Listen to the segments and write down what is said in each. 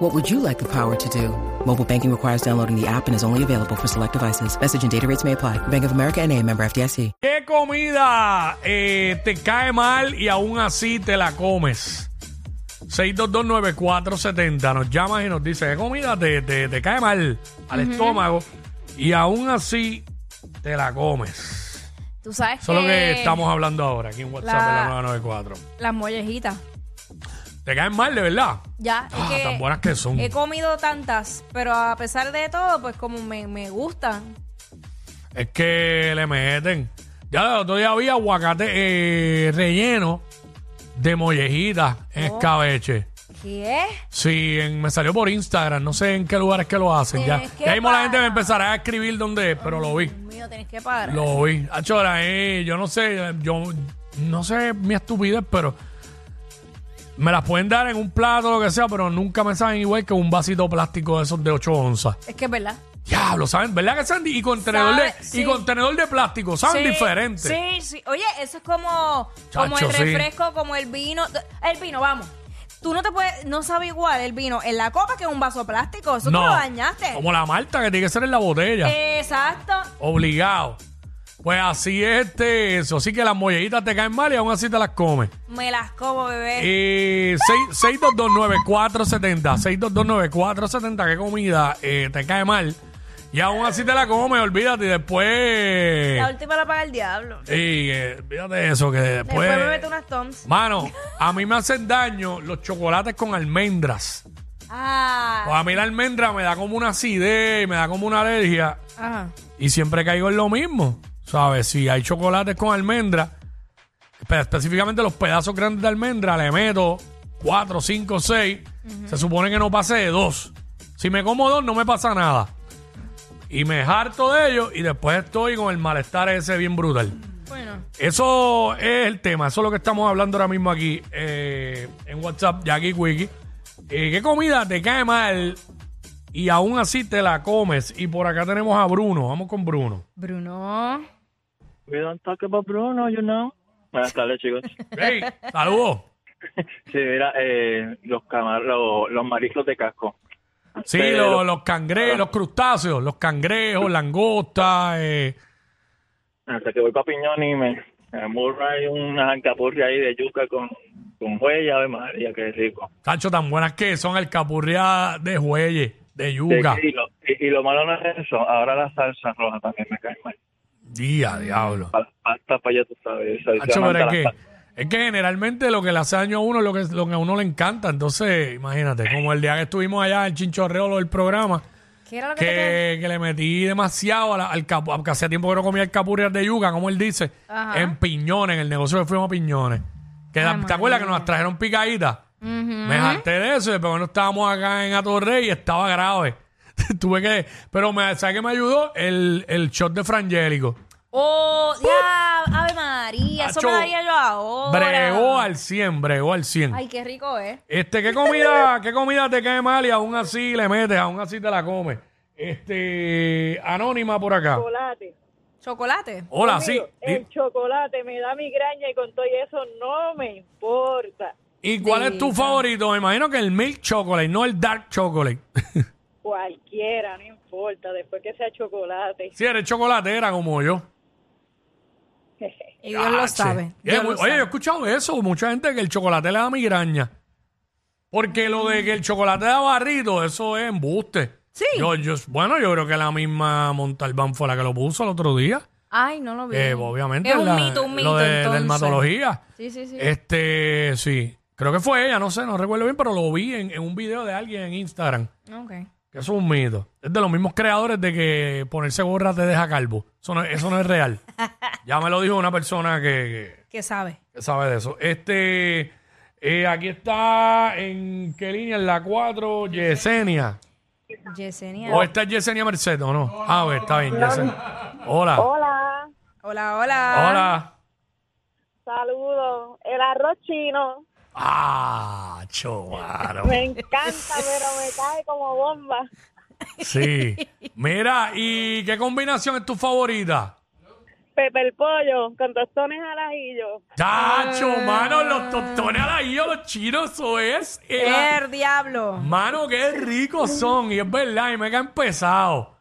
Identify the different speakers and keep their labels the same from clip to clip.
Speaker 1: What would you like the power to do? Mobile banking requires downloading the app and is only available for select devices. Message and data rates may apply. Bank of America and a member FDIC.
Speaker 2: ¿Qué comida eh, te cae mal y aún así te la comes? 6229470 nos llamas y nos dice ¿qué comida te, te- te cae mal al estómago y aún así te la comes?
Speaker 3: Tú sabes
Speaker 2: Eso es lo que
Speaker 3: que
Speaker 2: estamos hablando ahora aquí en WhatsApp de la 994.
Speaker 3: las mollejitas.
Speaker 2: ¿Te caen mal de verdad?
Speaker 3: Ya, es
Speaker 2: Ah,
Speaker 3: que
Speaker 2: tan buenas que son.
Speaker 3: he comido tantas, pero a pesar de todo, pues como me, me gustan.
Speaker 2: Es que le meten. Ya el otro día había aguacate eh, relleno de mollejitas
Speaker 3: Oh.
Speaker 2: en escabeche.
Speaker 3: ¿Qué?
Speaker 2: Sí, en- me salió por Instagram, no sé en qué lugares que lo hacen. Ya,
Speaker 3: Tienes que
Speaker 2: ya mismo la
Speaker 3: parar.
Speaker 2: gente me empezará a escribir dónde es, pero lo vi.
Speaker 3: Dios mío, tenés que parar.
Speaker 2: Lo vi. Achora, eh, yo no sé, yo no sé mi estupidez, pero me las pueden dar en un plato, lo que sea, pero nunca me saben igual que un vasito plástico de esos de 8 onzas.
Speaker 3: Es que es verdad.
Speaker 2: Diablo, ¿saben? ¿Verdad que Sandy? Y contenedor,
Speaker 3: Sabe,
Speaker 2: de,
Speaker 3: sí.
Speaker 2: y contenedor de plástico, saben
Speaker 3: Sí,
Speaker 2: diferente.
Speaker 3: Sí, sí. Oye, eso es como, como
Speaker 2: Chacho,
Speaker 3: el
Speaker 2: sí.
Speaker 3: refresco, como el vino. El vino, vamos. Tú no te puedes, no sabe igual el vino en la copa que en un vaso plástico. Eso tú lo dañaste. Eh,
Speaker 2: Como la malta que tiene que ser en la botella.
Speaker 3: Exacto.
Speaker 2: Obligado. Pues así es este, eso. Así que las mollejitas te caen mal y aún así te las comes.
Speaker 3: Me las como, bebé.
Speaker 2: Eh, seis- 6229470. 6229470. ¿Qué comida eh, te cae mal? Y aún así te la comes, olvídate. Y
Speaker 3: La
Speaker 2: después.
Speaker 3: última la paga el diablo.
Speaker 2: Y eh, olvídate de eso, que después.
Speaker 3: Después me meto unas toms.
Speaker 2: Mano, a mí me hacen daño los chocolates con almendras. Pues
Speaker 3: Ah.
Speaker 2: a mí la almendra me da como una acidez, me da como una alergia.
Speaker 3: Ajá.
Speaker 2: Y siempre caigo en lo mismo. ¿Sabes? Si hay chocolates con almendra, espe- específicamente los pedazos grandes de almendra, le meto 4, 5, 6. Se supone que no pase de dos. Si me como dos, no me pasa nada. Y me harto de ellos y después estoy con el malestar ese bien brutal.
Speaker 3: Bueno.
Speaker 2: Eso es el tema, eso es lo que estamos hablando ahora mismo aquí eh, en WhatsApp, Jackie Quickie. Eh, ¿Qué comida te cae mal y aún así te la comes? Y por acá tenemos a Bruno, vamos con Bruno.
Speaker 3: Bruno.
Speaker 4: We don't talk about Bruno, you know. Buenas tardes, chicos.
Speaker 2: Hey, saludos.
Speaker 4: Sí, mira, eh, los, camar los, los mariscos de casco.
Speaker 2: Sí,
Speaker 4: Pero-
Speaker 2: los, los cangrejos, los crustáceos, los cangrejos, langostas. eh,
Speaker 4: Hasta que voy para Piñón y me, me amurro ahí una alcapurria ahí de yuca con, con huella, Ave María, qué rico.
Speaker 2: tacho, tan buenas que son alcapurrias de jueyes, de
Speaker 4: Sí,
Speaker 2: yuca.
Speaker 4: y, lo, y- y lo malo no es eso, ahora la salsa roja también me cae mal.
Speaker 2: Día, diablo.
Speaker 4: Pa- Pasta para allá, tú sabes. salsa
Speaker 2: Hacho, pero es
Speaker 4: manta,
Speaker 2: que,
Speaker 4: la-
Speaker 2: es que generalmente lo que le hace daño a uno es lo que, lo que a uno le encanta. Entonces, imagínate, como el día que estuvimos allá en Chinchorreo, lo del programa,
Speaker 3: ¿Qué era lo que, te
Speaker 2: que, que le metí demasiado a la- al capu, porque hacía tiempo que no comía el capurrias de yuca, como él dice,
Speaker 3: Ajá.
Speaker 2: en Piñones, en el negocio que fuimos a Piñones. Que la- ¿Te acuerdas que nos trajeron picaditas? Me harté de eso, y después cuando estábamos acá en Atorrey y estaba grave. Tuve que, pero me, ¿sabes qué me ayudó? El, el shot de Frangélico.
Speaker 3: Oh, ya, Ave María, eso me
Speaker 2: Acho,
Speaker 3: daría yo ahora.
Speaker 2: Bregó al 100, bregó al 100.
Speaker 3: Ay, qué rico es.
Speaker 2: Este, ¿qué comida, qué comida te cae mal y aún así le metes, aún así te la comes? Este, anónima por acá.
Speaker 5: chocolate.
Speaker 3: Chocolate.
Speaker 2: Hola, sí.
Speaker 3: eh,
Speaker 5: El chocolate me da migraña y con todo y eso no me importa.
Speaker 2: ¿Y cuál es tu favorito? Me imagino que el milk chocolate, no el dark chocolate.
Speaker 5: Cualquiera, no importa, después que sea chocolate.
Speaker 2: si eres chocolatera como yo.
Speaker 3: Y Dios lo
Speaker 2: Ache.
Speaker 3: sabe.
Speaker 2: Eh,
Speaker 3: Dios
Speaker 2: mu-
Speaker 3: lo
Speaker 2: oye,
Speaker 3: sabe.
Speaker 2: yo he escuchado eso. Mucha gente que el chocolate le da migraña. Porque lo de que el chocolate da barrito, eso es embuste.
Speaker 3: Sí.
Speaker 2: Yo, yo- bueno, yo creo que la misma Montalbán fue la que lo puso el otro día.
Speaker 3: Ay, no lo vi.
Speaker 2: Eh, obviamente.
Speaker 3: Es un
Speaker 2: la-
Speaker 3: mito, un mito.
Speaker 2: Lo de,
Speaker 3: entonces.
Speaker 2: dermatología.
Speaker 3: Sí, sí, sí.
Speaker 2: Este, sí. Creo que fue ella, no sé, no recuerdo bien, pero lo vi en, en un video de alguien en Instagram.
Speaker 3: Ok.
Speaker 2: Que eso es un mito. Es de los mismos creadores de que ponerse gorra te deja calvo. Eso no, eso no es real. ya me lo dijo una persona que,
Speaker 3: ¿Qué sabe?
Speaker 2: que- que sabe de eso. Este, eh, aquí está, ¿en qué línea? En la 4, Yesenia.
Speaker 3: Yesenia.
Speaker 2: ¿O está pues, Yesenia Mercedes o no? Ah, a ver, está bien, Yesenia. Hola.
Speaker 5: Hola,
Speaker 3: Hola, hola.
Speaker 2: Hola.
Speaker 5: Saludos. El arroz chino.
Speaker 2: Ah, chovaro.
Speaker 3: Pues,
Speaker 5: Me encanta, pero me cae como bomba.
Speaker 2: Sí. Mira, ¿y qué combinación es tu favorita?
Speaker 5: Pepe el pollo con tostones al ajillo.
Speaker 2: Chacho,
Speaker 3: Ah.
Speaker 2: mano, los tostones al ajillo, los chinos, eso es. era-
Speaker 3: El diablo.
Speaker 2: Mano, qué ricos son. Y es verdad, y me han pesado.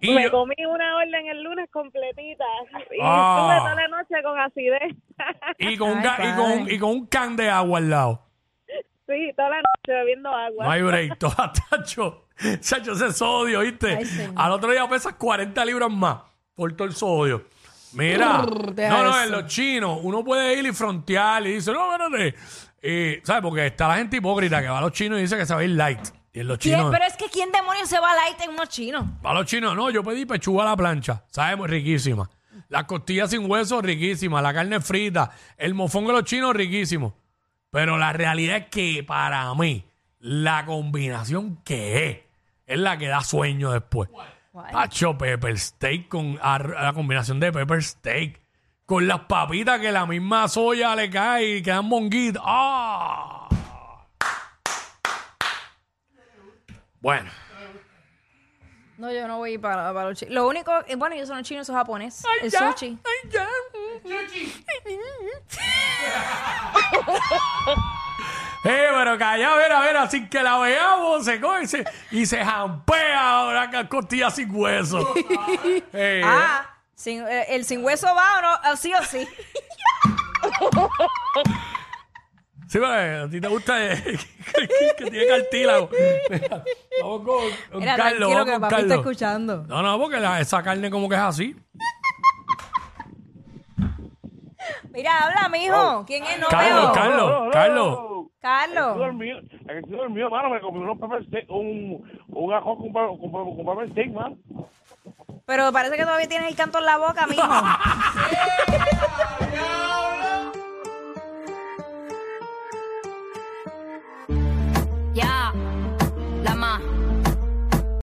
Speaker 2: Y
Speaker 5: Me
Speaker 2: yo-
Speaker 5: comí una orden el lunes completita y
Speaker 2: Ah.
Speaker 5: estuve toda la noche con acidez.
Speaker 2: y con, un
Speaker 3: Ay,
Speaker 2: ca- y, con,
Speaker 3: padre.
Speaker 2: y con un can de agua al lado.
Speaker 5: sí, toda la noche bebiendo agua.
Speaker 2: No hay break. Toda tacho. Chacho, ese sodio, ¿viste?
Speaker 3: Ay, señor.
Speaker 2: Al otro día pesas 40 libras más por todo el sodio. Mira,
Speaker 3: deja
Speaker 2: no, no, en
Speaker 3: eso.
Speaker 2: los chinos uno puede ir y frontear y dice, no, espérate. Y, ¿Sabes? Porque está la gente hipócrita que va a los chinos y dice que se va a ir light. Y en los
Speaker 3: ¿Quién-
Speaker 2: chinos...
Speaker 3: pero es que ¿quién demonios se va a light en unos chinos?
Speaker 2: Para los chinos, no, yo pedí pechuga a la plancha, sabemos, riquísima. Las costillas sin hueso, riquísima. La carne frita, el mofón de los chinos, riquísimo. Pero la realidad es que para mí, la combinación que es, es la que da sueño después. Tacho, pepper steak con ar- la combinación de pepper steak. Con las papitas que la misma soya le cae y quedan monguitas. ¡Ah! Bueno.
Speaker 3: No, yo no voy para, para los chinos. Lo único, eh, bueno, yo soy los chinos, soy japonés. el sushi.
Speaker 2: Ay, ya. Eh, pero calla, a ver, a ver, así que la veamos, se coge y se, y se jampea ahora con costilla sin hueso. Eh,
Speaker 3: Ah, sin- eh, el sin hueso va o no, Ah, sí o sí.
Speaker 2: Sí, pero eh, a ti te gusta eh, que, que- que tiene cartílago. Mira, Vamos con, con
Speaker 3: Mira,
Speaker 2: Carlos,
Speaker 3: tranquilo
Speaker 2: vamos
Speaker 3: que
Speaker 2: con
Speaker 3: papi está
Speaker 2: Carlos.
Speaker 3: escuchando.
Speaker 2: No, no, porque la- esa carne como que es así.
Speaker 3: Mira, habla, mijo. ¿Quién es? No
Speaker 2: Carlos,
Speaker 3: veo.
Speaker 2: Carlos. Carlos.
Speaker 6: Estoy
Speaker 3: Carlos.
Speaker 6: dormido, estoy dormido, mano, me comí unos pepper steak, un, un ajo con, pe- con, pe- con pepper steak, man.
Speaker 3: Pero parece que todavía tienes el canto en la boca, mijo.